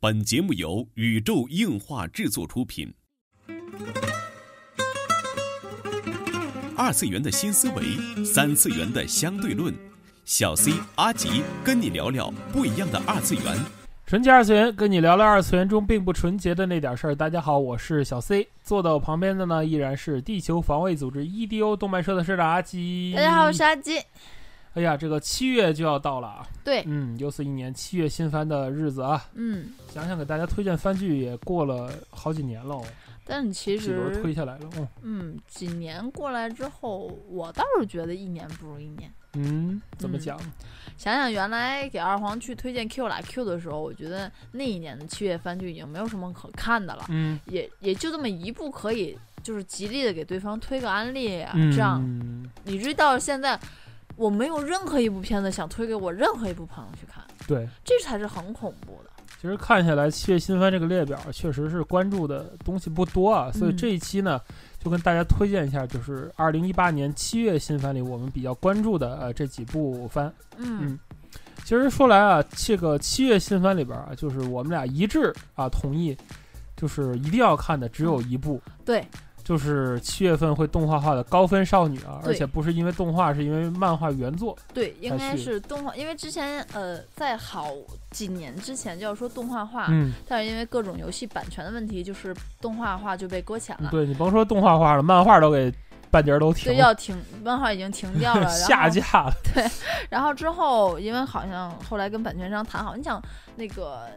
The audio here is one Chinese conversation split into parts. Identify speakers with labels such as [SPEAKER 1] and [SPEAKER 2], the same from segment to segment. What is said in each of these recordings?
[SPEAKER 1] 本节目由宇宙映画制作出品。二次元的新思维，三次元的相对论，小 C 阿吉跟你聊聊不一样的二次元。
[SPEAKER 2] 纯洁二次元，跟你聊聊二次元中并不纯洁的那点事儿。大家好，我是小 C，坐在我旁边的呢依然是地球防卫组织 EDO 动漫社的社长阿基。
[SPEAKER 3] 大家好，我是阿基。
[SPEAKER 2] 哎呀，这个七月就要到了啊！
[SPEAKER 3] 对，
[SPEAKER 2] 嗯，又是一年七月新番的日子啊！
[SPEAKER 3] 嗯，
[SPEAKER 2] 想想给大家推荐番剧也过了好几年了哦，
[SPEAKER 3] 但是其
[SPEAKER 2] 这轮
[SPEAKER 3] 实，
[SPEAKER 2] 推下来了，哦，
[SPEAKER 3] 嗯，几年过来之后，我倒是觉得一年不如一年。
[SPEAKER 2] 嗯，怎么讲？
[SPEAKER 3] 想想原来给二黄去推荐 Q 来 Q 的时候，我觉得那一年的七月番剧已经没有什么可看的了，
[SPEAKER 2] 嗯，
[SPEAKER 3] 也也就这么一部可以，就是极力的给对方推个安利啊，
[SPEAKER 2] 嗯
[SPEAKER 3] 这样以至于到现在，我没有任何一部片子想推给我任何一部朋友去看，
[SPEAKER 2] 对。
[SPEAKER 3] 这才是很恐怖的。
[SPEAKER 2] 其实看下来，七月新番这个列表确实是关注的东西不多啊，所以
[SPEAKER 3] 嗯
[SPEAKER 2] 这一期呢，就跟大家推荐一下，就是二零一八年七月新番里我们比较关注的呃这几部番。
[SPEAKER 3] 嗯
[SPEAKER 2] 其实说来啊，这个七月新番里边啊，就是我们俩一致啊同意，就是一定要看的只有一部，
[SPEAKER 3] 对，
[SPEAKER 2] 就是七月份会动画化的《高分少女》啊，
[SPEAKER 3] 对
[SPEAKER 2] 而且不是因为动画，是因为漫画原作。
[SPEAKER 3] 对，应
[SPEAKER 2] 还
[SPEAKER 3] 该
[SPEAKER 2] 是
[SPEAKER 3] 是动画，因为之前呃，在好几年之前就要说动画化，
[SPEAKER 2] 嗯，
[SPEAKER 3] 但是因为各种游戏版权的问题，就是动画化就被搁浅了。
[SPEAKER 2] 对你甭说动画化了，漫画都给半截儿都停
[SPEAKER 3] 对，
[SPEAKER 2] 了，
[SPEAKER 3] 要停，漫画已经停 掉了，
[SPEAKER 2] 下
[SPEAKER 3] 然后
[SPEAKER 2] 架了。
[SPEAKER 3] 然后之后，因为好像后来跟版权商谈好，你想那个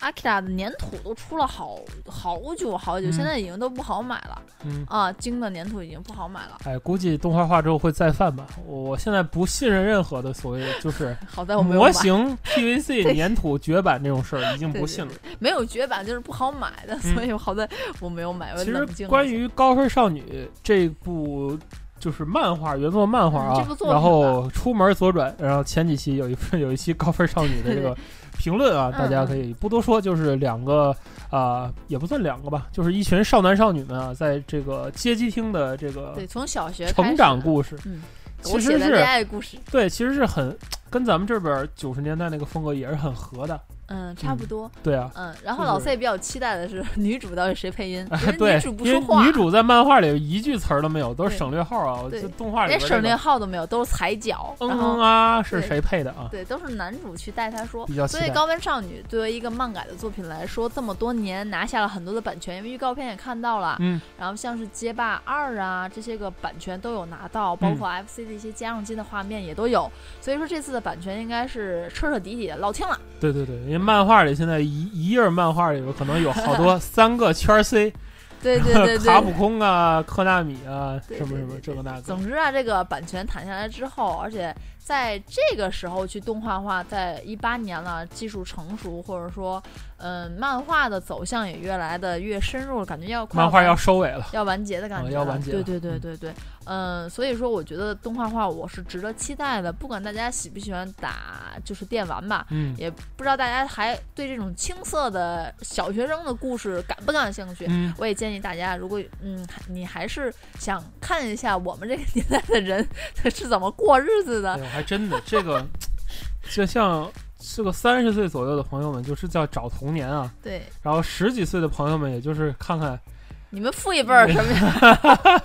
[SPEAKER 3] 阿 k i 的粘土都出了好好久好久，
[SPEAKER 2] 嗯
[SPEAKER 3] 现在已经都不好买了
[SPEAKER 2] 嗯。
[SPEAKER 3] 啊，京的粘土已经不好买了。
[SPEAKER 2] 哎，估计动画化之后会再犯吧。我我现在不信任任何的所谓 就是
[SPEAKER 3] 好在我哦没有
[SPEAKER 2] 模
[SPEAKER 3] 买，
[SPEAKER 2] 型 PVC 粘土绝版这种事儿，已经
[SPEAKER 3] 对
[SPEAKER 2] 不
[SPEAKER 3] 对
[SPEAKER 2] 信了。
[SPEAKER 3] 没有绝版就是不好买的，所以我好在我没有买。
[SPEAKER 2] 嗯
[SPEAKER 3] 我
[SPEAKER 2] 其
[SPEAKER 3] 呃冷静
[SPEAKER 2] 实
[SPEAKER 3] 了
[SPEAKER 2] 关
[SPEAKER 3] 一下
[SPEAKER 2] 于《高分少女》这部就是漫画原作漫画
[SPEAKER 3] 嗯
[SPEAKER 2] 啊，
[SPEAKER 3] 这部作品吧
[SPEAKER 2] 然后出门左转，然后前几期有一份有一期《高分少女》的这 个评论啊，
[SPEAKER 3] 嗯
[SPEAKER 2] 大家可以不多说，就是两个啊、也不算两个吧，就是一群少男少女们啊，在这个街机厅的这个
[SPEAKER 3] 对从小学开
[SPEAKER 2] 成
[SPEAKER 3] 始
[SPEAKER 2] 长故事，
[SPEAKER 3] 嗯
[SPEAKER 2] 其
[SPEAKER 3] 我
[SPEAKER 2] 实
[SPEAKER 3] 写的
[SPEAKER 2] 是
[SPEAKER 3] 恋爱故事，
[SPEAKER 2] 对，其实是很跟咱们这边九十年代那个风格也是很合的。
[SPEAKER 3] 嗯，差不多，
[SPEAKER 2] 对啊，
[SPEAKER 3] 嗯。然后
[SPEAKER 2] 就是
[SPEAKER 3] 老四也比较期待的是女主到底谁配 音，其实
[SPEAKER 2] 对
[SPEAKER 3] 女主，不
[SPEAKER 2] 因
[SPEAKER 3] 说
[SPEAKER 2] 为
[SPEAKER 3] 话，
[SPEAKER 2] 女主在漫画里一句词儿都没有，都是
[SPEAKER 3] 对
[SPEAKER 2] 省略号啊。
[SPEAKER 3] 对
[SPEAKER 2] 就动画里
[SPEAKER 3] 连
[SPEAKER 2] 边这
[SPEAKER 3] 省略
[SPEAKER 2] 个
[SPEAKER 3] 号都没有，都是踩脚，
[SPEAKER 2] 嗯嗯
[SPEAKER 3] 然后
[SPEAKER 2] 啊是
[SPEAKER 3] 对
[SPEAKER 2] 谁配的啊？
[SPEAKER 3] 对，都是男主去带她说。
[SPEAKER 2] 比较期
[SPEAKER 3] 所以
[SPEAKER 2] 待。
[SPEAKER 3] 《高分少女》作为一个漫改的作品来说，这么多年拿下了很多的版权，因为预告片也看到了，
[SPEAKER 2] 嗯，
[SPEAKER 3] 然后像是《街霸二》啊这些个版权都有拿
[SPEAKER 2] 嗯
[SPEAKER 3] 到，包括 FC 的一些家用机的画面也都有，所以说这次的版权应该是彻彻底底的落听了。
[SPEAKER 2] 对对对，因为漫画里现在一一页漫画里边可能有好 多三个圈儿 C，
[SPEAKER 3] 对对对 对，
[SPEAKER 2] 卡普空啊、科纳米啊，
[SPEAKER 3] 对
[SPEAKER 2] 什么
[SPEAKER 3] 对
[SPEAKER 2] 什么
[SPEAKER 3] 对
[SPEAKER 2] 这个那个。
[SPEAKER 3] 总之啊，这个版权谈下来之后，而且在这个时候去动画化，在一八年了，技术成熟，或者说，嗯，漫画的走向也越来的越深入了，感觉要快
[SPEAKER 2] 漫画
[SPEAKER 3] 完
[SPEAKER 2] 要收尾了，
[SPEAKER 3] 要完结的感
[SPEAKER 2] 嗯
[SPEAKER 3] 觉了、
[SPEAKER 2] 要完结了
[SPEAKER 3] 对对对对对，嗯，所以说我觉得动画化我是值得期待的，不管大家喜不喜欢打就是电玩吧，
[SPEAKER 2] 嗯
[SPEAKER 3] 也不知道大家还对这种青涩的小学生的故事感不感兴趣。
[SPEAKER 2] 嗯，
[SPEAKER 3] 我也建议大家，如果嗯你还是想看一下我们这个年代的人 是怎么过日子
[SPEAKER 2] 哎
[SPEAKER 3] 的，
[SPEAKER 2] 呦，还真的这个， 就像这个三十岁左右的朋友们，就是叫找童年啊。
[SPEAKER 3] 对
[SPEAKER 2] 然后十几岁的朋友们，也就是看看，
[SPEAKER 3] 你们父一辈
[SPEAKER 2] 嗯
[SPEAKER 3] 儿什 么样？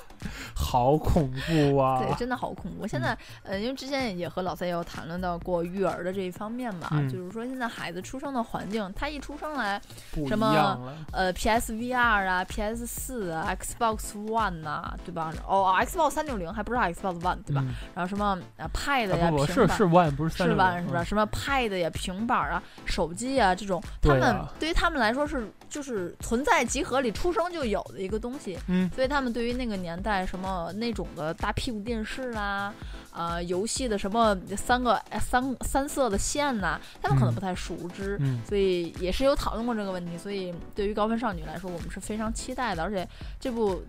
[SPEAKER 2] 好恐怖
[SPEAKER 3] 对，
[SPEAKER 2] 啊！
[SPEAKER 3] 真的好恐怖。现在
[SPEAKER 2] 嗯
[SPEAKER 3] 呃，因为之前也和老三也有谈论到过育儿的这一方面嘛，
[SPEAKER 2] 嗯
[SPEAKER 3] 就是说现在孩子出生的环境，他一出生来，
[SPEAKER 2] 不一
[SPEAKER 3] 什么
[SPEAKER 2] 样了，
[SPEAKER 3] 呃，PSVR 啊，PS 四啊，Xbox One 呐、对吧？哦，Xbox 三六零还不是 Xbox One 对吧？
[SPEAKER 2] 嗯？
[SPEAKER 3] 然后什么呃 Pad 呀、
[SPEAKER 2] 啊不不，
[SPEAKER 3] 平
[SPEAKER 2] 是
[SPEAKER 3] 板
[SPEAKER 2] 是 one 不是嗯三
[SPEAKER 3] 是吧？
[SPEAKER 2] 六零
[SPEAKER 3] 是吧？？什么 Pad 呀、平板儿啊、手机啊这种，他
[SPEAKER 2] 对
[SPEAKER 3] 们
[SPEAKER 2] 啊
[SPEAKER 3] 对于他们来说是就是存在集合里出生就有的一个东西，
[SPEAKER 2] 嗯
[SPEAKER 3] 所以他们对于那个年代什么那种的大屁股电视啦、啊，呃，游戏的什么三个哎三三色的线呐、他们可能
[SPEAKER 2] 嗯
[SPEAKER 3] 不太熟知。
[SPEAKER 2] 嗯
[SPEAKER 3] 所以也是有讨论过这个问题，所以对于高分少女来说，我们是非常期待的。而且这部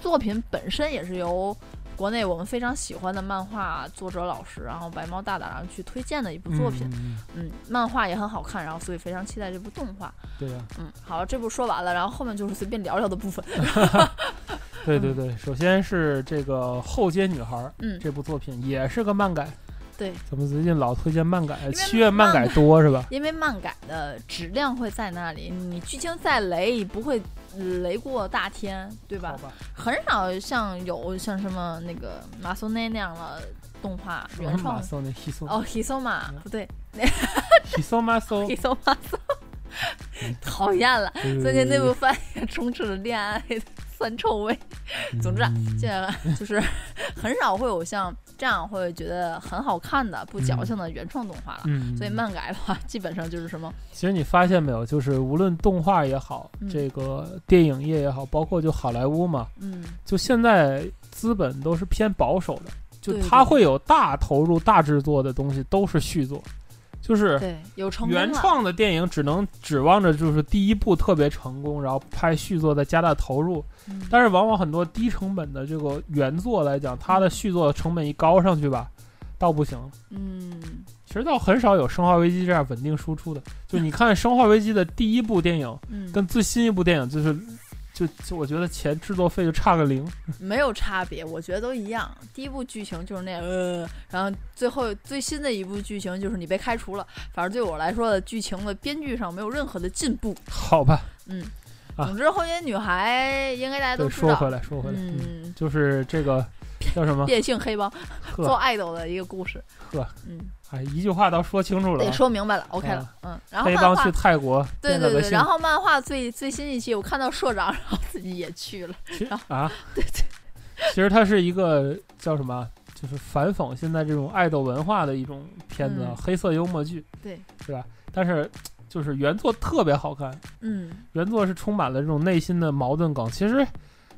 [SPEAKER 3] 作品本身也是由国内我们非常喜欢的漫画作者老师，然后白猫大大然后去推荐的一部
[SPEAKER 2] 嗯，
[SPEAKER 3] 作品。
[SPEAKER 2] 嗯，
[SPEAKER 3] 嗯漫画也很好看，然后所以非常期待这部动画。
[SPEAKER 2] 对啊呀，
[SPEAKER 3] 嗯，好，这部说完了，然后后面就是随便聊聊的部分。
[SPEAKER 2] 对对对，首先是这个《后街女孩》
[SPEAKER 3] 嗯
[SPEAKER 2] 这部作品也是个漫改，
[SPEAKER 3] 对，
[SPEAKER 2] 咱们最近老推荐漫改，
[SPEAKER 3] 为
[SPEAKER 2] 七月漫
[SPEAKER 3] 漫
[SPEAKER 2] 改
[SPEAKER 3] 改
[SPEAKER 2] 多是吧？
[SPEAKER 3] 因为漫改的质量会在那里，你剧情再雷不会呃雷过大天，对吧
[SPEAKER 2] 好？吧，
[SPEAKER 3] 很少像有像什么那个马苏内那样的动画
[SPEAKER 2] 什么
[SPEAKER 3] 原
[SPEAKER 2] 是马
[SPEAKER 3] 创。
[SPEAKER 2] 搜那西搜
[SPEAKER 3] 哦，Hisoma
[SPEAKER 2] 嗯
[SPEAKER 3] 不对
[SPEAKER 2] 西搜马 搜，
[SPEAKER 3] ，Hisoma
[SPEAKER 2] 嗯
[SPEAKER 3] 讨厌了。最近那部番也充斥着恋爱的酸臭味。总之啊，
[SPEAKER 2] 嗯
[SPEAKER 3] 现在就是 很少会有像这样会觉得很好看的、不矫情的原创动画了。
[SPEAKER 2] 嗯，
[SPEAKER 3] 所以漫改的话，基本上就是什么
[SPEAKER 2] 其实你发现没有，就是无论动画也好，
[SPEAKER 3] 嗯
[SPEAKER 2] 这个电影业也好，包括就好莱坞嘛，
[SPEAKER 3] 嗯，
[SPEAKER 2] 就现在资本都是偏保守的，就
[SPEAKER 3] 对
[SPEAKER 2] 它
[SPEAKER 3] 对
[SPEAKER 2] 会有大投入、大制作的东西都是续作，就是
[SPEAKER 3] 对，有成功
[SPEAKER 2] 原
[SPEAKER 3] 了
[SPEAKER 2] 创的电影只能指望着就是第一部特别成功，然后拍续作再加大投入。
[SPEAKER 3] 嗯
[SPEAKER 2] 但是往往很多低成本的这个原作来讲，它的续作成本一高上去吧，倒不行了。
[SPEAKER 3] 嗯，
[SPEAKER 2] 其实倒很少有《生化危机》这样稳定输出的。就你看《生化危机》的第一部电影
[SPEAKER 3] 嗯，
[SPEAKER 2] 跟最新一部电影，就是就就我觉得前制作费就差个零。
[SPEAKER 3] 没有差别，我觉得都一样。第一部剧情就是那样呃，然后最后最新的一部剧情就是你被开除了。反正对我来说，剧情的编剧上没有任何的进步。
[SPEAKER 2] 好吧，
[SPEAKER 3] 嗯，
[SPEAKER 2] 啊
[SPEAKER 3] 总之，后街女孩应该大家
[SPEAKER 2] 对，
[SPEAKER 3] 都知
[SPEAKER 2] 说
[SPEAKER 3] 道
[SPEAKER 2] 回，来，说回来，嗯，
[SPEAKER 3] 嗯，
[SPEAKER 2] 就是这个叫什么？
[SPEAKER 3] 变性黑帮做
[SPEAKER 2] 呵，
[SPEAKER 3] 爱豆的一个故事。
[SPEAKER 2] 呵，
[SPEAKER 3] 嗯，
[SPEAKER 2] 哎，一句话倒说清楚了
[SPEAKER 3] 得
[SPEAKER 2] 啊。
[SPEAKER 3] 说明白了，OK
[SPEAKER 2] 啊
[SPEAKER 3] 了。嗯，然后
[SPEAKER 2] 黑
[SPEAKER 3] 漫
[SPEAKER 2] 帮去
[SPEAKER 3] 画，
[SPEAKER 2] 泰国
[SPEAKER 3] 对
[SPEAKER 2] 变了
[SPEAKER 3] 对
[SPEAKER 2] 个
[SPEAKER 3] 对，
[SPEAKER 2] 性
[SPEAKER 3] 然后漫画最最新一期，我看到社长，然后自己也去了。
[SPEAKER 2] 其实
[SPEAKER 3] 然
[SPEAKER 2] 啊，其实它是一个叫什么啊，就是反讽现在这种爱豆文化的一种片子啊，
[SPEAKER 3] 嗯
[SPEAKER 2] 黑色幽默剧，
[SPEAKER 3] 对，
[SPEAKER 2] 对吧？但是就是原作特别好看，
[SPEAKER 3] 嗯
[SPEAKER 2] 原作是充满了这种内心的矛盾梗。其实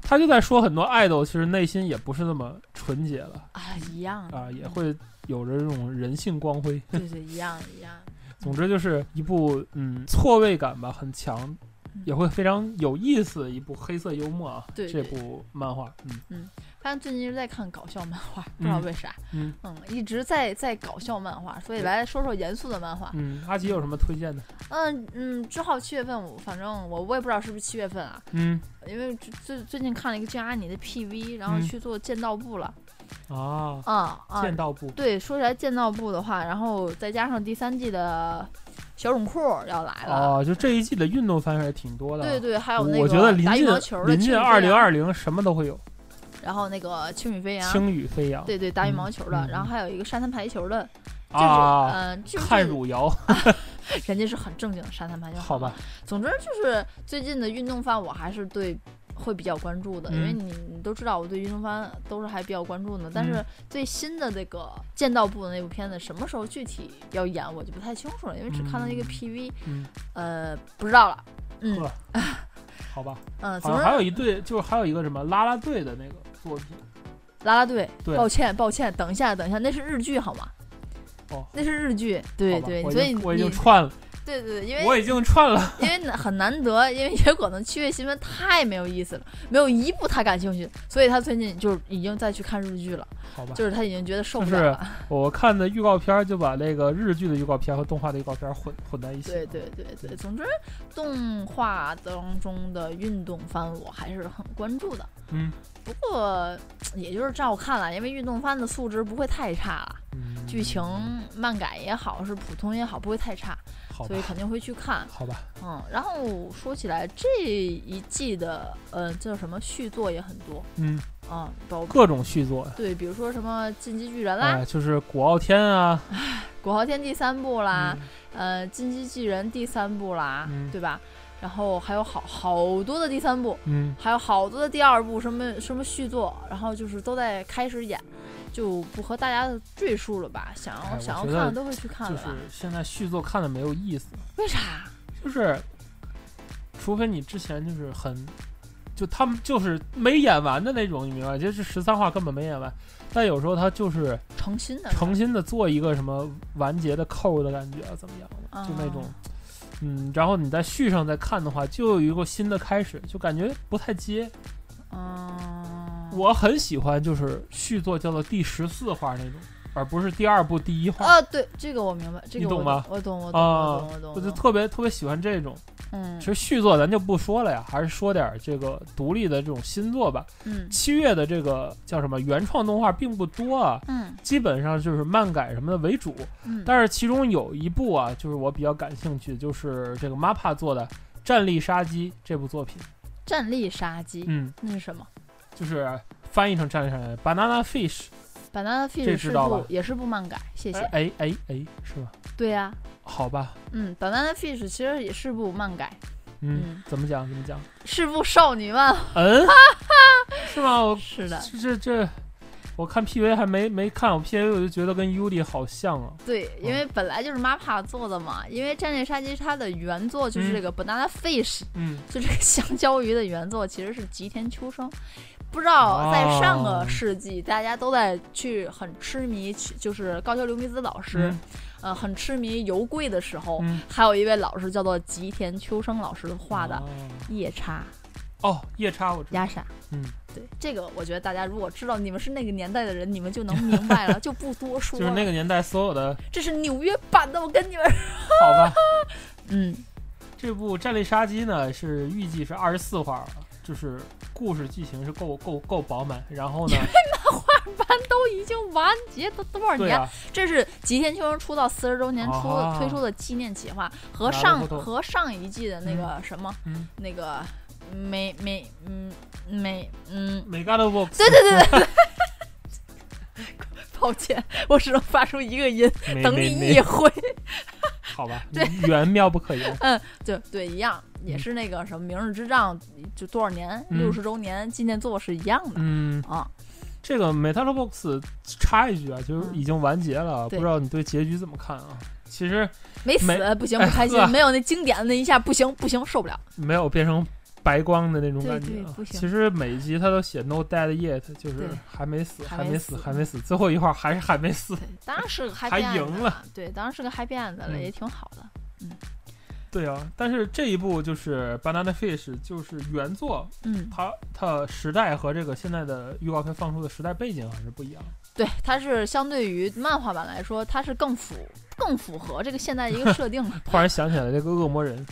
[SPEAKER 2] 他就在说很多爱豆其实内心也不是那么纯洁了
[SPEAKER 3] 啊，一样的
[SPEAKER 2] 啊，也会有着这种人性光辉。
[SPEAKER 3] 对对嗯一样一样。
[SPEAKER 2] 总之就是一部嗯错位感吧很强，
[SPEAKER 3] 嗯
[SPEAKER 2] 也会非常有意思的一部黑色幽默啊。
[SPEAKER 3] 对
[SPEAKER 2] 这
[SPEAKER 3] 对啊
[SPEAKER 2] 部漫画，嗯
[SPEAKER 3] 发现最近一直在看搞笑漫画，不知道为啥，
[SPEAKER 2] 嗯
[SPEAKER 3] 一直在在搞笑漫画，所以来说说严肃的漫画。
[SPEAKER 2] 嗯，阿吉有什么推荐的？
[SPEAKER 3] 嗯嗯，之后七月份我反正我我也不知道是不是七月份啊，
[SPEAKER 2] 嗯
[SPEAKER 3] 因为最最最近看了一个静安妮的 PV，然后
[SPEAKER 2] 嗯
[SPEAKER 3] 去做剑道部了，
[SPEAKER 2] 啊，
[SPEAKER 3] 啊啊，
[SPEAKER 2] 剑道部
[SPEAKER 3] 对，说起来剑道部的话，然后再加上第三季的小泳裤要来了，
[SPEAKER 2] 哦，就这一季的运动番还是挺多的啊。
[SPEAKER 3] 对对，还有那
[SPEAKER 2] 我
[SPEAKER 3] 个
[SPEAKER 2] 觉得临
[SPEAKER 3] 打羽毛球
[SPEAKER 2] 近
[SPEAKER 3] 的
[SPEAKER 2] 临近
[SPEAKER 3] 庆余
[SPEAKER 2] 二
[SPEAKER 3] 飞
[SPEAKER 2] 零
[SPEAKER 3] 扬，
[SPEAKER 2] 二零什么都会有，
[SPEAKER 3] 然后那个轻羽飞扬，
[SPEAKER 2] 轻羽飞扬
[SPEAKER 3] 对对，打羽毛球的，
[SPEAKER 2] 嗯嗯
[SPEAKER 3] 然后还有一个沙滩排球的，就是
[SPEAKER 2] 啊，
[SPEAKER 3] 嗯，就是
[SPEAKER 2] 看汝窑，
[SPEAKER 3] 人家是很正经的沙滩排球。
[SPEAKER 2] 好吧，，
[SPEAKER 3] 总之就是最近的运动番，我还是对会比较关注的，因为
[SPEAKER 2] 嗯
[SPEAKER 3] 你你都知道，我对运动番都是还比较关注的。但
[SPEAKER 2] 嗯
[SPEAKER 3] 是最新的那个剑道部的那部片子，什么时候具体要演，我就不太清楚了，因为只看到一个
[SPEAKER 2] 嗯
[SPEAKER 3] PV，、
[SPEAKER 2] 嗯，
[SPEAKER 3] 呃，不知道了。嗯
[SPEAKER 2] 呵，好吧，
[SPEAKER 3] 嗯，
[SPEAKER 2] 好
[SPEAKER 3] 总
[SPEAKER 2] 像
[SPEAKER 3] 之
[SPEAKER 2] 还有一队，就是还有一个什么啦啦队的那个作品，
[SPEAKER 3] 啦啦队，
[SPEAKER 2] 对
[SPEAKER 3] 抱歉抱歉，等一下等一下，那是日剧好吗？
[SPEAKER 2] 哦，
[SPEAKER 3] 那是日剧，对
[SPEAKER 2] 好吧
[SPEAKER 3] 对，
[SPEAKER 2] 我已
[SPEAKER 3] 所以
[SPEAKER 2] 经我已
[SPEAKER 3] 你
[SPEAKER 2] 经串了，
[SPEAKER 3] 对对，对因为
[SPEAKER 2] 我已经串了，
[SPEAKER 3] 因为很难得，因为也可能七月新闻太没有意思了，没有一部他感兴趣，所以他最近就是已经再去看日剧了，
[SPEAKER 2] 好吧，
[SPEAKER 3] 就是他已经觉得受不
[SPEAKER 2] 就
[SPEAKER 3] 了
[SPEAKER 2] 是
[SPEAKER 3] 了。
[SPEAKER 2] 我看的预告片儿就把那个日剧的预告片儿和动画的预告片儿混混在一起，
[SPEAKER 3] 对对对对，总之动画当中的运动番我还是很关注的，
[SPEAKER 2] 嗯
[SPEAKER 3] 不过也就是照看了，因为运动番的素质不会太差了，
[SPEAKER 2] 嗯，
[SPEAKER 3] 剧情漫改也好是普通也好不会太差，
[SPEAKER 2] 好吧
[SPEAKER 3] 所以，肯定会去看。
[SPEAKER 2] 好吧，
[SPEAKER 3] 嗯，然后说起来这一季的呃叫什么续作也很多。
[SPEAKER 2] 嗯，
[SPEAKER 3] 嗯，包
[SPEAKER 2] 各种续作。
[SPEAKER 3] 对，比如说什么《进击巨人》啦，
[SPEAKER 2] 啊，就是古傲天啊，
[SPEAKER 3] 古豪天》第三部啦，
[SPEAKER 2] 嗯
[SPEAKER 3] 呃，《进击巨人》第三部啦，
[SPEAKER 2] 嗯
[SPEAKER 3] 对吧？然后还有好好多的第三部，
[SPEAKER 2] 嗯，
[SPEAKER 3] 还有好多的第二部，什么什么续作，然后就是都在开始演，就不和大家赘述了吧。想要、
[SPEAKER 2] 哎我
[SPEAKER 3] 想要
[SPEAKER 2] 觉
[SPEAKER 3] 看
[SPEAKER 2] 得
[SPEAKER 3] 的都会去看
[SPEAKER 2] 就
[SPEAKER 3] 了吧？
[SPEAKER 2] 是现在续作看的没有意思，
[SPEAKER 3] 为啥？
[SPEAKER 2] 就是除非你之前就是很，就他们就是没演完的那种，你明白？就是十三话根本没演完，但有时候他就是
[SPEAKER 3] 诚心的
[SPEAKER 2] 诚心的做一个什么完结的扣的感觉啊，怎么样的，就那种。嗯，然后你再续上再看的话，就有一个新的开始，就感觉不太接。
[SPEAKER 3] 嗯，
[SPEAKER 2] 我很喜欢，就是续作叫做第十四话那种，而不是第二部第一话。
[SPEAKER 3] 哦啊，对，这个我明白，这
[SPEAKER 2] 你
[SPEAKER 3] 个
[SPEAKER 2] 懂
[SPEAKER 3] 我
[SPEAKER 2] 吗
[SPEAKER 3] 我懂，我懂，
[SPEAKER 2] 啊
[SPEAKER 3] 我懂，我懂，
[SPEAKER 2] 我
[SPEAKER 3] 我
[SPEAKER 2] 就
[SPEAKER 3] 懂。
[SPEAKER 2] 特别特别喜欢这种，
[SPEAKER 3] 嗯
[SPEAKER 2] 其实续作咱就不说了呀，还是说点儿这个独立的这种新作吧。
[SPEAKER 3] 嗯
[SPEAKER 2] 七月的这个叫什么原创动画并不多啊，
[SPEAKER 3] 嗯
[SPEAKER 2] 基本上就是漫改什么的为主。
[SPEAKER 3] 嗯，
[SPEAKER 2] 但是其中有一部啊，就是我比较感兴趣，就是这个 MAPPA 做的《战力杀机》这部作品。
[SPEAKER 3] 战力杀鸡
[SPEAKER 2] 嗯，
[SPEAKER 3] 那是什么
[SPEAKER 2] 就是翻译成战力杀机 Banana Fish。
[SPEAKER 3] ？Banana
[SPEAKER 2] 这
[SPEAKER 3] Fish
[SPEAKER 2] 知
[SPEAKER 3] 是
[SPEAKER 2] 道
[SPEAKER 3] 部
[SPEAKER 2] 吧
[SPEAKER 3] 也是部漫改，谢谢。
[SPEAKER 2] 哎哎哎，是吧？
[SPEAKER 3] 对呀、
[SPEAKER 2] 好吧，
[SPEAKER 3] 嗯，Banana Fish 其实也是部漫改，
[SPEAKER 2] 嗯，
[SPEAKER 3] 嗯
[SPEAKER 2] 怎么讲怎么讲？
[SPEAKER 3] 是部少女漫。
[SPEAKER 2] 嗯，是吗？我
[SPEAKER 3] 是的，
[SPEAKER 2] 这这这，我看 PV 还没没看，我 PV 我就觉得跟 Yuri 好像啊。
[SPEAKER 3] 对，因为本来就是 MAPPA 做的嘛，因为《战略杀机》它的原作就是这个 Banana Fish，、
[SPEAKER 2] 嗯，
[SPEAKER 3] 就这个香蕉鱼的原作其实是吉田秋生。不知道在上
[SPEAKER 2] 哦
[SPEAKER 3] 个世纪，大家都在去很痴迷，去就是高桥留美子老师，
[SPEAKER 2] 嗯
[SPEAKER 3] 呃，很痴迷油柜的时候，
[SPEAKER 2] 嗯
[SPEAKER 3] 还有一位老师叫做吉田秋生老师画的
[SPEAKER 2] 哦
[SPEAKER 3] 夜叉
[SPEAKER 2] 哦，夜叉我知道。
[SPEAKER 3] 压傻。
[SPEAKER 2] 嗯，
[SPEAKER 3] 对，这个我觉得大家如果知道你们是那个年代的人，你们就能明 白了，就不多说
[SPEAKER 2] 就
[SPEAKER 3] 了。
[SPEAKER 2] 是那个年代所有的，
[SPEAKER 3] 这是纽约版的，我跟你们。
[SPEAKER 2] 好吧。
[SPEAKER 3] 嗯，
[SPEAKER 2] 这部《战力杀机》呢是预计是二十四话了，就是故事剧情是够够够饱满。然 后呢，
[SPEAKER 3] 班都已经完结都多少
[SPEAKER 2] 对
[SPEAKER 3] 年？
[SPEAKER 2] 啊，
[SPEAKER 3] 这是吉田秋生出道四十周年出、
[SPEAKER 2] 啊
[SPEAKER 3] 推出的纪念企划，和
[SPEAKER 2] 拿了
[SPEAKER 3] 上
[SPEAKER 2] 活动
[SPEAKER 3] 和上一季的那个什么、
[SPEAKER 2] 嗯，
[SPEAKER 3] 那个美美嗯美 嗯，
[SPEAKER 2] 每个的 box，
[SPEAKER 3] 对对对对。对 抱歉，我只能发出一个音，
[SPEAKER 2] 没
[SPEAKER 3] 等
[SPEAKER 2] 没
[SPEAKER 3] 你
[SPEAKER 2] 没
[SPEAKER 3] 一回。
[SPEAKER 2] 好吧，
[SPEAKER 3] 对
[SPEAKER 2] 缘妙不可言。
[SPEAKER 3] 对对，一样，也
[SPEAKER 2] 嗯
[SPEAKER 3] 是那个什么《明日之战》，就多少年
[SPEAKER 2] 嗯
[SPEAKER 3] 六十、周年纪念作是一样的、
[SPEAKER 2] 嗯，
[SPEAKER 3] 啊。
[SPEAKER 2] 这个 Metal Box 插一句啊，就是
[SPEAKER 3] 嗯
[SPEAKER 2] 已经完结了，啊不
[SPEAKER 3] 对
[SPEAKER 2] 知道你对结局怎么看啊？其实
[SPEAKER 3] 没死
[SPEAKER 2] 没
[SPEAKER 3] 不行，不 开心，
[SPEAKER 2] 哎呵
[SPEAKER 3] 没有那经典的那一下，不行不行，受不了。
[SPEAKER 2] 没有变成白光的那种
[SPEAKER 3] 对
[SPEAKER 2] 感觉
[SPEAKER 3] 对
[SPEAKER 2] 啊。
[SPEAKER 3] 不行
[SPEAKER 2] 其实每一集他都写 No dead yet，就是
[SPEAKER 3] 对
[SPEAKER 2] 还没死，
[SPEAKER 3] 还
[SPEAKER 2] 还
[SPEAKER 3] 没
[SPEAKER 2] 没死，
[SPEAKER 3] 死
[SPEAKER 2] 还没死，最后一话还是还没死。
[SPEAKER 3] 对，当然是个 happy
[SPEAKER 2] 还
[SPEAKER 3] end
[SPEAKER 2] 赢了
[SPEAKER 3] 了，对，当然是个 happy end 了，
[SPEAKER 2] 嗯
[SPEAKER 3] 也挺好的。
[SPEAKER 2] 对啊，但是这一部就是《Banana Fish》，就是原作
[SPEAKER 3] 嗯，
[SPEAKER 2] 它它时代和这个现在的预告片放出的时代背景还是不一样的。。
[SPEAKER 3] 对，它是相对于漫画版来说，它是更符更符合这个现代的一个设 定了
[SPEAKER 2] 突然想起来，这个恶魔人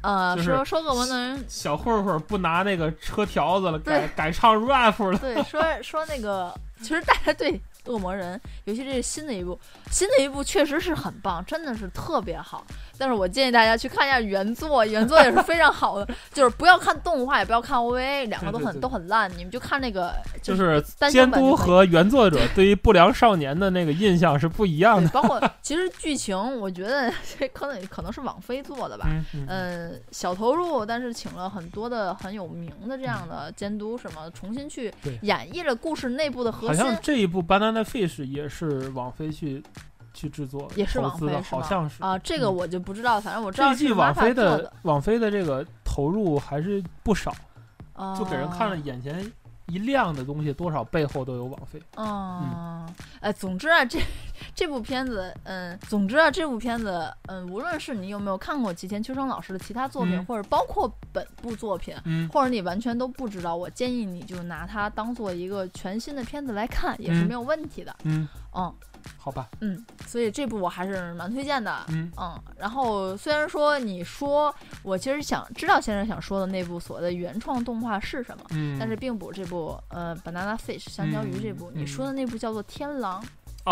[SPEAKER 3] 呃，
[SPEAKER 2] 就是
[SPEAKER 3] 说说恶魔的人，
[SPEAKER 2] 小混混不拿那个车条子了，改改唱 rap 了。
[SPEAKER 3] 对，说说那个，其实大家对恶魔人，尤其这是新的一部，新的一部确实是很棒，真的是特别好。但是我建议大家去看一下原作，原作也是非常好的， 就是不要看动画，也不要看 OVA，两个都
[SPEAKER 2] 对对
[SPEAKER 3] 很
[SPEAKER 2] 对
[SPEAKER 3] 都很烂，你们就看那个。
[SPEAKER 2] 就是是
[SPEAKER 3] 单
[SPEAKER 2] 监
[SPEAKER 3] 行本
[SPEAKER 2] 督
[SPEAKER 3] 就可以
[SPEAKER 2] 和原作者对于不良少年的那个印象是不一样
[SPEAKER 3] 对
[SPEAKER 2] 的，。
[SPEAKER 3] 包括其实剧情，我觉得 这可能可能是网飞做的吧。
[SPEAKER 2] 嗯嗯，
[SPEAKER 3] 嗯，小投入，但是请了很多的很有名的这样的监督什么，重新去
[SPEAKER 2] 对
[SPEAKER 3] 演绎了故事内部的核
[SPEAKER 2] 好
[SPEAKER 3] 心。
[SPEAKER 2] 像这一部《Banana Fish》也是网飞去去制作、
[SPEAKER 3] 也是
[SPEAKER 2] 投
[SPEAKER 3] 网
[SPEAKER 2] 资的，
[SPEAKER 3] 飞是
[SPEAKER 2] 好
[SPEAKER 3] 吗
[SPEAKER 2] 像是。
[SPEAKER 3] 啊，这个
[SPEAKER 2] 嗯
[SPEAKER 3] 我就不知道，反正我知
[SPEAKER 2] 这
[SPEAKER 3] 道
[SPEAKER 2] 一季
[SPEAKER 3] 是
[SPEAKER 2] 网
[SPEAKER 3] MAPPA
[SPEAKER 2] 飞
[SPEAKER 3] 做
[SPEAKER 2] 的
[SPEAKER 3] 的，
[SPEAKER 2] 网飞的这个投入还是不少，就给人看了
[SPEAKER 3] 啊。
[SPEAKER 2] 眼前一亮的东西，多少背后都有网飞。
[SPEAKER 3] 嗯，哎，总之啊，这这部片子，嗯，总之啊，这部片子，嗯，无论是你有没有看过吉田秋生老师的其他作品，
[SPEAKER 2] 嗯
[SPEAKER 3] 或者包括本部作品，
[SPEAKER 2] 嗯，
[SPEAKER 3] 或者你完全都不知道，我建议你就拿它当做一个全新的片子来看，也是
[SPEAKER 2] 嗯
[SPEAKER 3] 没有问题的。
[SPEAKER 2] 嗯，
[SPEAKER 3] 嗯
[SPEAKER 2] 好吧，
[SPEAKER 3] 嗯，所以这部我还是蛮推荐的。
[SPEAKER 2] 嗯
[SPEAKER 3] 嗯，然后虽然说你说我其实想知道先生想说的那部所谓的原创动画是什么，
[SPEAKER 2] 嗯，
[SPEAKER 3] 但是并不这部呃《Banana Fish》香蕉鱼这部、
[SPEAKER 2] 嗯
[SPEAKER 3] 你说的那部叫做《天狼》，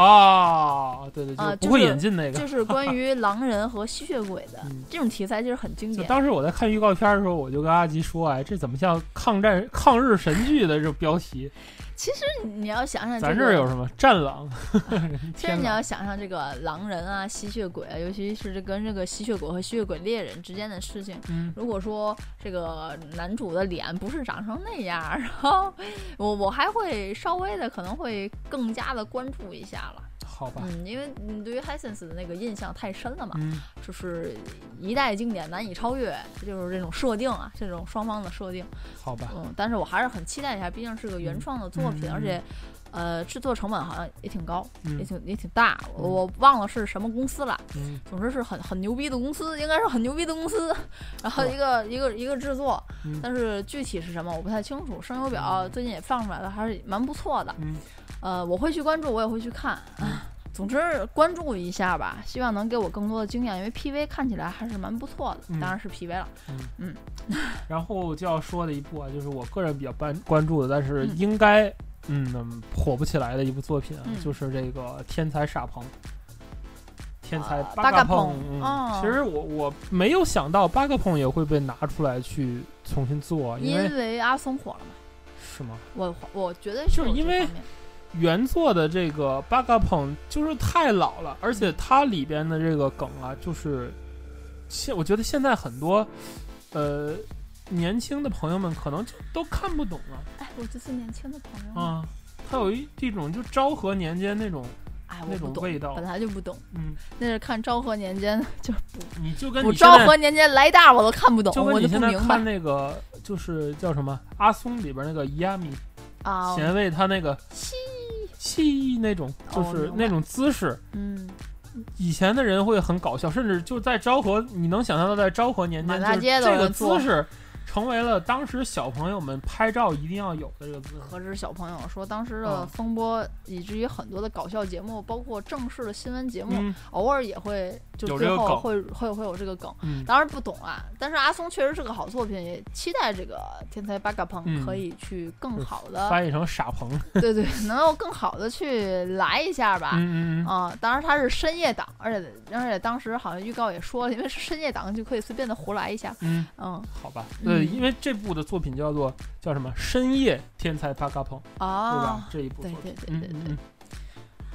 [SPEAKER 2] 啊，对对，
[SPEAKER 3] 啊
[SPEAKER 2] 就不
[SPEAKER 3] 就
[SPEAKER 2] 会
[SPEAKER 3] 是
[SPEAKER 2] 引进那个。
[SPEAKER 3] 就是关于狼人和吸血鬼的、
[SPEAKER 2] 嗯
[SPEAKER 3] 这种题材，就是很经
[SPEAKER 2] 就
[SPEAKER 3] 典。
[SPEAKER 2] 当时我在看预告片的时候，我就跟阿吉说：“哎，这怎么像抗战抗日神剧的这种标 题？
[SPEAKER 3] 其实你要想想、这个，
[SPEAKER 2] 咱这儿有什么战 狼？
[SPEAKER 3] 其实
[SPEAKER 2] 天
[SPEAKER 3] 你
[SPEAKER 2] 哪
[SPEAKER 3] 要想象这个狼人啊、吸血鬼啊，尤其是这跟这个吸血鬼和吸血鬼猎人之间的事情。
[SPEAKER 2] 嗯，
[SPEAKER 3] 如果说这个男主的脸不是长成那样，然后我我还会稍微的可能会更加的关注一下了，
[SPEAKER 2] 好吧，
[SPEAKER 3] 嗯，因为你对于 Hisense 的那个印象太深了嘛，
[SPEAKER 2] 嗯
[SPEAKER 3] 就是一代经典难以超越，就是这种设定啊，这种双方的设定。
[SPEAKER 2] 好吧，
[SPEAKER 3] 嗯，但是我还是很期待一下，毕竟是个原创的作品，
[SPEAKER 2] 嗯嗯
[SPEAKER 3] 而且，呃，制作成本好像也挺高，
[SPEAKER 2] 嗯
[SPEAKER 3] 也挺也挺大，我
[SPEAKER 2] 嗯
[SPEAKER 3] 我忘了是什么公司了。
[SPEAKER 2] 嗯
[SPEAKER 3] 总之是很很牛逼的公司，应该是很牛逼的公司。 然后
[SPEAKER 2] 是吧
[SPEAKER 3] 一个一个一个制作，
[SPEAKER 2] 嗯
[SPEAKER 3] 但是具体是什么我不太清楚。声优表最近也放出来了，还是蛮不错的。
[SPEAKER 2] 嗯，
[SPEAKER 3] 呃，我会去关注，我也会去看。
[SPEAKER 2] 嗯
[SPEAKER 3] 总之关注一下吧，希望能给我更多的经验，因为 PV 看起来还是蛮不错的，
[SPEAKER 2] 嗯
[SPEAKER 3] 当然是 PV 了。
[SPEAKER 2] 然后就要说的一部啊，就是我个人比较关关注的，但是应该嗯火不起来的一部作品啊，
[SPEAKER 3] 嗯
[SPEAKER 2] 就是这个《天才傻鹏》。天才
[SPEAKER 3] 啊
[SPEAKER 2] 八嘎
[SPEAKER 3] 八嘎
[SPEAKER 2] 碰
[SPEAKER 3] 碰，
[SPEAKER 2] 嗯
[SPEAKER 3] 哦，
[SPEAKER 2] 其实我我没有想到八嘎碰也会被拿出来去重新做，啊哦因
[SPEAKER 3] 因
[SPEAKER 2] 为
[SPEAKER 3] 为阿松火了嘛，
[SPEAKER 2] 是吗？
[SPEAKER 3] 我我觉得
[SPEAKER 2] 就是
[SPEAKER 3] 有这
[SPEAKER 2] 因为
[SPEAKER 3] 方面
[SPEAKER 2] 原作的这个八嘎碰就是太老了，而且它里边的这个梗啊，就是现我觉得现在很多呃年轻的朋友们可能就都看不懂啊了
[SPEAKER 3] 哎，我就是年轻的朋友嘛，
[SPEAKER 2] 啊，它有一一种就昭和年间那种
[SPEAKER 3] 哎，我
[SPEAKER 2] 那
[SPEAKER 3] 不
[SPEAKER 2] 种
[SPEAKER 3] 懂，
[SPEAKER 2] 味道
[SPEAKER 3] 本，来就不懂，
[SPEAKER 2] 嗯，
[SPEAKER 3] 那是看昭和年间 就是不，
[SPEAKER 2] 你就跟
[SPEAKER 3] 我
[SPEAKER 2] 你现
[SPEAKER 3] 昭
[SPEAKER 2] 在
[SPEAKER 3] 和年间来大我都看不懂，
[SPEAKER 2] 就
[SPEAKER 3] 我
[SPEAKER 2] 跟你
[SPEAKER 3] 就不
[SPEAKER 2] 现在
[SPEAKER 3] 明
[SPEAKER 2] 看
[SPEAKER 3] 白
[SPEAKER 2] 那个就是叫什么阿松里边那个伊亚米
[SPEAKER 3] 啊，
[SPEAKER 2] 贤卫他那个
[SPEAKER 3] 七，
[SPEAKER 2] 气那种就
[SPEAKER 3] 哦
[SPEAKER 2] 是
[SPEAKER 3] 明白
[SPEAKER 2] 那种姿势。
[SPEAKER 3] 嗯，
[SPEAKER 2] 以前的人会很搞笑，甚至就在昭和，你能想象到在昭和年间，
[SPEAKER 3] 满
[SPEAKER 2] 就
[SPEAKER 3] 大
[SPEAKER 2] 是
[SPEAKER 3] 街都
[SPEAKER 2] 这
[SPEAKER 3] 有
[SPEAKER 2] 个
[SPEAKER 3] 人做
[SPEAKER 2] 姿势成为了当时小朋友们拍照一定要有的这个姿势。
[SPEAKER 3] 何止小朋友说，当时
[SPEAKER 2] 啊
[SPEAKER 3] 的风波，以至于很多的搞笑节目，包括正式的新闻节目，
[SPEAKER 2] 嗯
[SPEAKER 3] 偶尔也会就
[SPEAKER 2] 有这
[SPEAKER 3] 最
[SPEAKER 2] 个
[SPEAKER 3] 后
[SPEAKER 2] 梗
[SPEAKER 3] 会会会有这个梗。
[SPEAKER 2] 嗯，
[SPEAKER 3] 当然不懂啊，但是阿松确实是个好作品，也期待这个《天才八嘎碰
[SPEAKER 2] 嗯》
[SPEAKER 3] 可以去更好的，
[SPEAKER 2] 翻译成傻鹏。
[SPEAKER 3] 对对，能够更好的去来一下吧。
[SPEAKER 2] 嗯嗯嗯，
[SPEAKER 3] 啊、当然它是深夜档，而且而且当时好像预告也说了，因为是深夜档就可以随便的胡来一下。
[SPEAKER 2] 嗯，
[SPEAKER 3] 嗯
[SPEAKER 2] 好吧。
[SPEAKER 3] 嗯
[SPEAKER 2] 对，因为这部的作品叫做叫什么？深夜天才八嘎鹏，对吧
[SPEAKER 3] 啊，？
[SPEAKER 2] 这一部
[SPEAKER 3] 对
[SPEAKER 2] 作
[SPEAKER 3] 对
[SPEAKER 2] 品。
[SPEAKER 3] 对
[SPEAKER 2] 嗯
[SPEAKER 3] 对对。
[SPEAKER 2] 嗯嗯，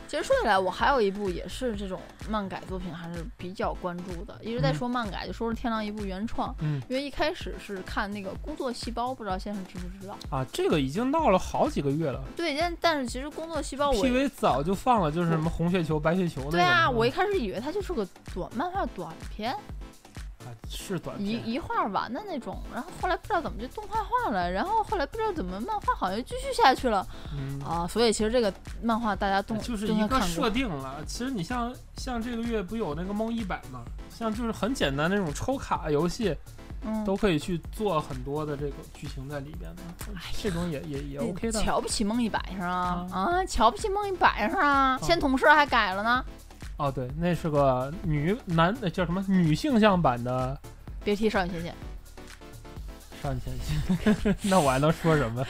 [SPEAKER 3] 其实说起来，我还有一部也是这种漫改作品，还是比较关注的。一直在
[SPEAKER 2] 嗯
[SPEAKER 3] 说漫改，就说是天狼一部原创。
[SPEAKER 2] 嗯，
[SPEAKER 3] 因为一开始是看那个《工作细胞》，不知道先生知不知道？
[SPEAKER 2] 啊，这个已经闹了好几个月了。
[SPEAKER 3] 对，但但是其实《工作细胞》我
[SPEAKER 2] PV 早就放了，就是什么红血球、白血球那种。
[SPEAKER 3] 对啊，
[SPEAKER 2] 嗯
[SPEAKER 3] 我一开始以为它就是个短漫画短片，
[SPEAKER 2] 啊是短
[SPEAKER 3] 一
[SPEAKER 2] 片。
[SPEAKER 3] 一画完的那种。然后后来不知道怎么就动画化了，然后后来不知道怎么漫画好像就继续下去了
[SPEAKER 2] 嗯
[SPEAKER 3] 啊。所以其实这个漫画大家都
[SPEAKER 2] 就是
[SPEAKER 3] 都应
[SPEAKER 2] 一
[SPEAKER 3] 该
[SPEAKER 2] 个
[SPEAKER 3] 看过
[SPEAKER 2] 设。定了。其实你像像这个月不有那个梦一百嘛，像就是很简单那种抽卡游戏，
[SPEAKER 3] 嗯，
[SPEAKER 2] 都可以去做很多的这个剧情在里边的，
[SPEAKER 3] 哎
[SPEAKER 2] 这种也也也 OK 的。
[SPEAKER 3] 瞧不起梦一百上啊啊，瞧不起梦一百上啊，先同事还改了呢，
[SPEAKER 2] 哦，对，那是个女男呃叫什么女性向版的
[SPEAKER 3] 别提少女前线，
[SPEAKER 2] 上前线， 那我还能说什么？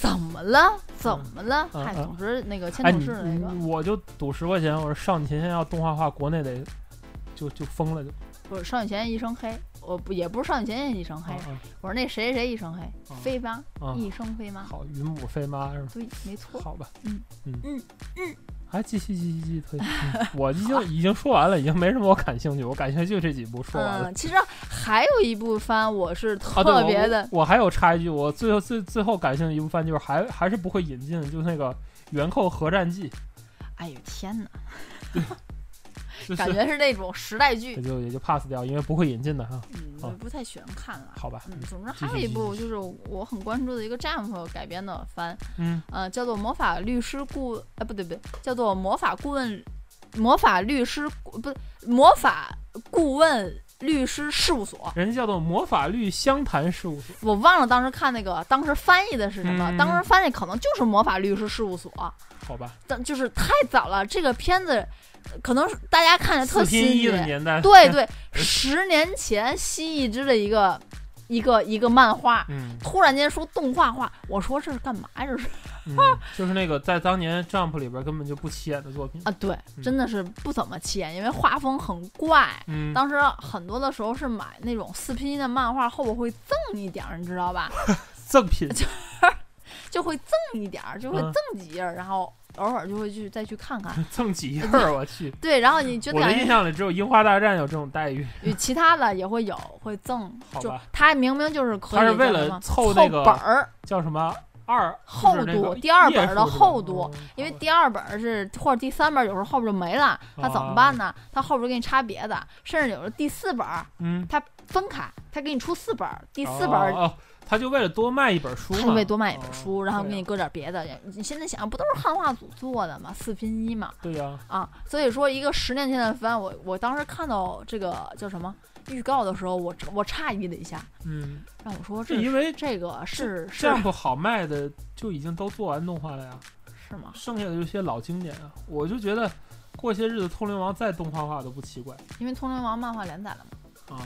[SPEAKER 3] 怎么了？怎么了？
[SPEAKER 2] 嗯
[SPEAKER 3] 嗨，
[SPEAKER 2] 嗯
[SPEAKER 3] 总之那个先
[SPEAKER 2] 哎，
[SPEAKER 3] 同
[SPEAKER 2] 你
[SPEAKER 3] 事那个
[SPEAKER 2] 你我就赌十块钱，我说上前线要动画化，国内得就就疯了就。
[SPEAKER 3] 不是少女前线一生黑，我不也不是少女前线一生黑，
[SPEAKER 2] 啊
[SPEAKER 3] 我说那谁谁谁一生黑，
[SPEAKER 2] 啊
[SPEAKER 3] 飞妈
[SPEAKER 2] 啊啊！
[SPEAKER 3] 一生飞妈，
[SPEAKER 2] 好，云母飞妈是吧？
[SPEAKER 3] 对，没错。
[SPEAKER 2] 好吧，
[SPEAKER 3] 嗯
[SPEAKER 2] 嗯
[SPEAKER 3] 嗯
[SPEAKER 2] 还继续继续继续 推，嗯我已经已经说完了，已经没什么我感兴趣，我感兴趣就这几部 说完了。
[SPEAKER 3] 嗯，其实还有一部番我是
[SPEAKER 2] 啊，对，
[SPEAKER 3] 特
[SPEAKER 2] 我
[SPEAKER 3] 别的，
[SPEAKER 2] 我我还有插一句，我最后最最后感兴趣一部番就是还还是不会引进，就是那个《元寇核战记》，
[SPEAKER 3] 哎呦天 哪，
[SPEAKER 2] 就是
[SPEAKER 3] 感觉是那种时代剧
[SPEAKER 2] 也，就也就 pass 掉，因为不会引进的哈。
[SPEAKER 3] 嗯，
[SPEAKER 2] 好
[SPEAKER 3] 我不太喜欢看了。
[SPEAKER 2] 好吧，
[SPEAKER 3] 嗯，总之
[SPEAKER 2] 继
[SPEAKER 3] 还有
[SPEAKER 2] 续
[SPEAKER 3] 一
[SPEAKER 2] 继
[SPEAKER 3] 部
[SPEAKER 2] 续
[SPEAKER 3] 就是我很关注的一个 Jump 改编的番，
[SPEAKER 2] 嗯，
[SPEAKER 3] 呃，叫做《魔法律师顾》，哎，不对不对，叫做《魔法顾问》，魔法律师顾不是魔法顾问律师事务所。
[SPEAKER 2] 人家叫做魔法律湘潭事务所，
[SPEAKER 3] 我忘了当时看那个，当时翻译的是什么？
[SPEAKER 2] 嗯
[SPEAKER 3] 当时翻译可能就是魔法律师事务所，
[SPEAKER 2] 好吧，
[SPEAKER 3] 但就是太早了。这个片子呃可能是大家看着哎特
[SPEAKER 2] 四
[SPEAKER 3] 新
[SPEAKER 2] 拼一的
[SPEAKER 3] 颖，
[SPEAKER 2] 年代，
[SPEAKER 3] 对，对，十年前蜥蜴之的一个一个一个漫画，
[SPEAKER 2] 嗯
[SPEAKER 3] 突然间说动画化，我说这是干嘛呀？这是
[SPEAKER 2] 嗯，就是那个在当年 Jump 里边根本就不起眼的作品，
[SPEAKER 3] 啊，对
[SPEAKER 2] 嗯，
[SPEAKER 3] 真的是不怎么起眼，因为画风很怪。
[SPEAKER 2] 嗯，
[SPEAKER 3] 当时很多的时候是买那种四拼音的漫画，后边会赠一点儿，你知道吧？
[SPEAKER 2] 赠品，
[SPEAKER 3] 就会赠一点儿，就会
[SPEAKER 2] 嗯
[SPEAKER 3] 赠几页儿，然后偶尔就会去再去看看。
[SPEAKER 2] 赠几页儿，我去。
[SPEAKER 3] 对，然后你就
[SPEAKER 2] 我的印
[SPEAKER 3] 感觉
[SPEAKER 2] 象里只有《樱花大战》有这种待遇，
[SPEAKER 3] 与其他的也会有会赠
[SPEAKER 2] 好，
[SPEAKER 3] 就
[SPEAKER 2] 吧
[SPEAKER 3] 他明明就是可以
[SPEAKER 2] 他是为
[SPEAKER 3] 叫
[SPEAKER 2] 了
[SPEAKER 3] 什么
[SPEAKER 2] 凑
[SPEAKER 3] 凑
[SPEAKER 2] 那个
[SPEAKER 3] 本儿，
[SPEAKER 2] 叫什么二
[SPEAKER 3] 厚
[SPEAKER 2] 就是那个
[SPEAKER 3] 度第二
[SPEAKER 2] 页
[SPEAKER 3] 本
[SPEAKER 2] 数
[SPEAKER 3] 的
[SPEAKER 2] 是吧
[SPEAKER 3] 厚度
[SPEAKER 2] 嗯
[SPEAKER 3] 因为
[SPEAKER 2] 好吧
[SPEAKER 3] 第二本儿是或者第三本儿有时候后边儿就没了，他怎么办
[SPEAKER 2] 哦
[SPEAKER 3] 呢？他后边儿给你插别的，甚至有时候第四本儿
[SPEAKER 2] 嗯，
[SPEAKER 3] 分开，他给你出四本儿，第
[SPEAKER 2] 第
[SPEAKER 3] 四本儿
[SPEAKER 2] 哦，哦他就为了多卖一本书嘛，
[SPEAKER 3] 他就为多卖一本
[SPEAKER 2] 哦
[SPEAKER 3] 书，然后
[SPEAKER 2] 对
[SPEAKER 3] 给
[SPEAKER 2] 呀
[SPEAKER 3] 你搁点别的。你现在想，不都是汉化组做的吗？四拼一嘛，
[SPEAKER 2] 对呀、
[SPEAKER 3] 啊，所以说一个十年前的番，我我当时看到这个叫什么预告的时候，我我诧异了一下，
[SPEAKER 2] 嗯，
[SPEAKER 3] 让我说
[SPEAKER 2] 是
[SPEAKER 3] 这
[SPEAKER 2] 因为
[SPEAKER 3] 这个是
[SPEAKER 2] 这
[SPEAKER 3] 是
[SPEAKER 2] 样不好卖的就已经都做完动画了呀，
[SPEAKER 3] 是吗？
[SPEAKER 2] 剩下的有些老经典啊，我就觉得。过些日子《通灵王》再动画化都不奇怪
[SPEAKER 3] 因为《通灵王》漫画连载了嘛，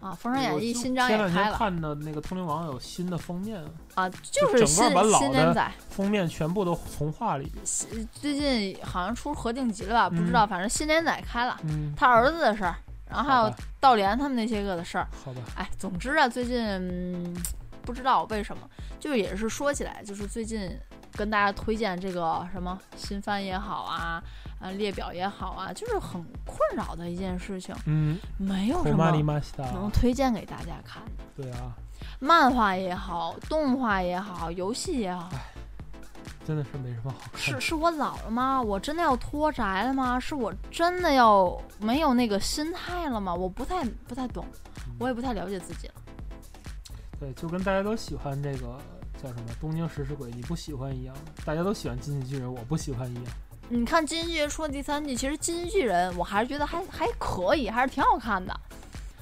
[SPEAKER 2] 啊。
[SPEAKER 3] 啊，《封神演义
[SPEAKER 2] 我》就
[SPEAKER 3] 新章也
[SPEAKER 2] 前两
[SPEAKER 3] 开
[SPEAKER 2] 天
[SPEAKER 3] 了
[SPEAKER 2] 看的那个《通灵王》有新的封面，
[SPEAKER 3] 啊，就
[SPEAKER 2] 整
[SPEAKER 3] 是
[SPEAKER 2] 个
[SPEAKER 3] 新
[SPEAKER 2] 把老
[SPEAKER 3] 新
[SPEAKER 2] 的
[SPEAKER 3] 连载，
[SPEAKER 2] 封面全部都从画里边。
[SPEAKER 3] 新最近好像出合订集了吧？不知
[SPEAKER 2] 嗯
[SPEAKER 3] 道，反正新连载开了，
[SPEAKER 2] 嗯，
[SPEAKER 3] 他儿子的事儿，然后还
[SPEAKER 2] 好
[SPEAKER 3] 有
[SPEAKER 2] 吧
[SPEAKER 3] 道莲他们那些个的事儿。
[SPEAKER 2] 好吧，
[SPEAKER 3] 哎，总之啊，最近、嗯、不知道为什么，就是也是说起来，就是最近跟大家推荐这个什么新番也好啊，啊列表也好啊，就是很困扰的一件事情，
[SPEAKER 2] 嗯，
[SPEAKER 3] 没有
[SPEAKER 2] 红
[SPEAKER 3] 什
[SPEAKER 2] 玛丽
[SPEAKER 3] 么
[SPEAKER 2] 玛西达，
[SPEAKER 3] 能推荐给大家看的，
[SPEAKER 2] 对啊，
[SPEAKER 3] 漫画也好，动画也好，游戏也好。
[SPEAKER 2] 真的是没什么好哎看
[SPEAKER 3] 是
[SPEAKER 2] 的。
[SPEAKER 3] 是我老了吗？我真的要脱宅了吗？是我真的要没有那个心态了吗？我不太不太懂，我也不太了解自己了。
[SPEAKER 2] 对，就跟大家都喜欢这个叫什么《东京食尸鬼》，你不喜欢一样，大家都喜欢《进击巨人》，我不喜欢一样。
[SPEAKER 3] 你看《金巨人》出了第三季，其实《金巨人》我还是觉得还还可以，还是挺好看的。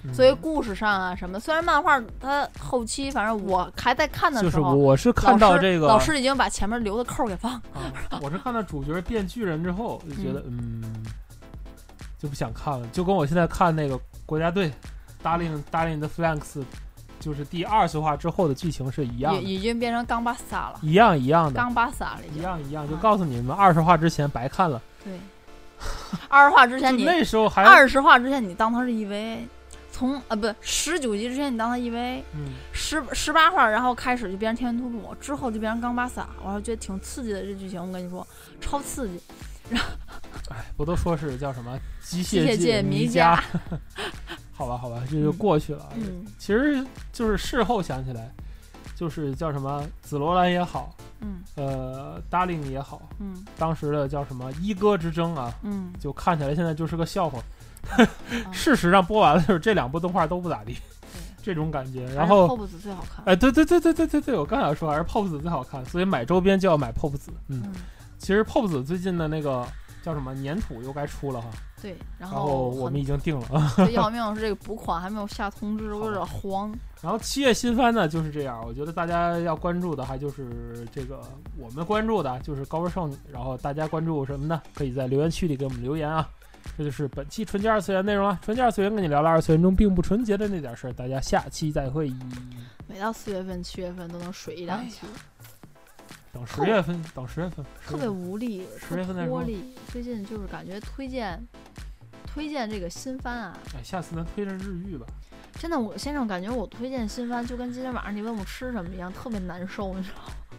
[SPEAKER 2] 嗯、
[SPEAKER 3] 所以故事上啊什么，虽然漫画它后期，反正我还在看的
[SPEAKER 2] 就
[SPEAKER 3] 时
[SPEAKER 2] 是
[SPEAKER 3] 候，
[SPEAKER 2] 我我是看
[SPEAKER 3] 老
[SPEAKER 2] 到
[SPEAKER 3] 师
[SPEAKER 2] 这个
[SPEAKER 3] 老师已经把前面留的扣儿给放了。
[SPEAKER 2] 啊，我是看到主角变巨人之后就觉得嗯就不想看了，就跟我现在看那个国家队《达
[SPEAKER 3] 嗯
[SPEAKER 2] 令达令的 Flanks》，就是第二十话之后的剧情是一样
[SPEAKER 3] 也
[SPEAKER 2] 的，
[SPEAKER 3] 已经变成冈巴萨了，
[SPEAKER 2] 一样一样的，
[SPEAKER 3] 冈巴萨了已
[SPEAKER 2] 一
[SPEAKER 3] 经。
[SPEAKER 2] 样一样，就
[SPEAKER 3] 啊
[SPEAKER 2] 告诉你们二十话之前白看了，
[SPEAKER 3] 对，二十 话之前
[SPEAKER 2] 就
[SPEAKER 3] 你
[SPEAKER 2] 那时候还
[SPEAKER 3] 二十话之前你当它是 EVA，从啊不十九集之前你当它 EVA，
[SPEAKER 2] 嗯
[SPEAKER 3] 十十八话然后开始就变成天元突破，之后就变成钢巴萨，我还觉得挺刺激的这剧情，我跟你说超刺激，
[SPEAKER 2] 哎，不都说是叫什么机
[SPEAKER 3] 机
[SPEAKER 2] 械
[SPEAKER 3] 械界
[SPEAKER 2] 迷
[SPEAKER 3] 迷
[SPEAKER 2] 家
[SPEAKER 3] 家？
[SPEAKER 2] 好吧，好吧，这就
[SPEAKER 3] 嗯
[SPEAKER 2] 过去了。啊
[SPEAKER 3] 嗯
[SPEAKER 2] 其实就是事后想起来，就是叫什么紫罗兰也好，
[SPEAKER 3] 嗯
[SPEAKER 2] 呃，达令也好，
[SPEAKER 3] 嗯
[SPEAKER 2] 当时的叫什么一哥之争啊，
[SPEAKER 3] 嗯，
[SPEAKER 2] 就看起来现在就是个笑话。事实上播完了，就是这两部动画都不咋地，这种感觉。然后，
[SPEAKER 3] p 子最好看，
[SPEAKER 2] 哎，对对对对对对对，我刚想说还是 POP 子最好看，所以买周边就要买 POP 子。嗯，
[SPEAKER 3] 嗯
[SPEAKER 2] 其实 POP 子最近的那个叫什么粘土又该出了哈，
[SPEAKER 3] 对，然
[SPEAKER 2] 然后
[SPEAKER 3] 后
[SPEAKER 2] 哦我
[SPEAKER 3] 很
[SPEAKER 2] 们已经定了啊。
[SPEAKER 3] 最要命的是这个补款还没有下通知，我有点慌，
[SPEAKER 2] 然后七月新番呢就是这样，我觉得大家要关注的还就是这个我们关注的就是高分少女，然后大家关注什么呢？可以在留言区里给我们留言啊。这就是本期纯洁二次元内容了。纯洁二次元跟你聊了二次元中并不纯洁的那点事儿，大家下期再会。
[SPEAKER 3] 每到四月份七月份都能水一
[SPEAKER 2] 哎
[SPEAKER 3] 两期，
[SPEAKER 2] 等十月份，等十月份，
[SPEAKER 3] 特别无力，
[SPEAKER 2] 十
[SPEAKER 3] 特
[SPEAKER 2] 月份再说
[SPEAKER 3] 脱力，最近就是感觉推荐推荐这个新番啊，
[SPEAKER 2] 哎，下次咱推着日剧吧。
[SPEAKER 3] 真的，我先生感觉我推荐新番就跟今天晚上你问我吃什么一样，特别难受，你知道吗？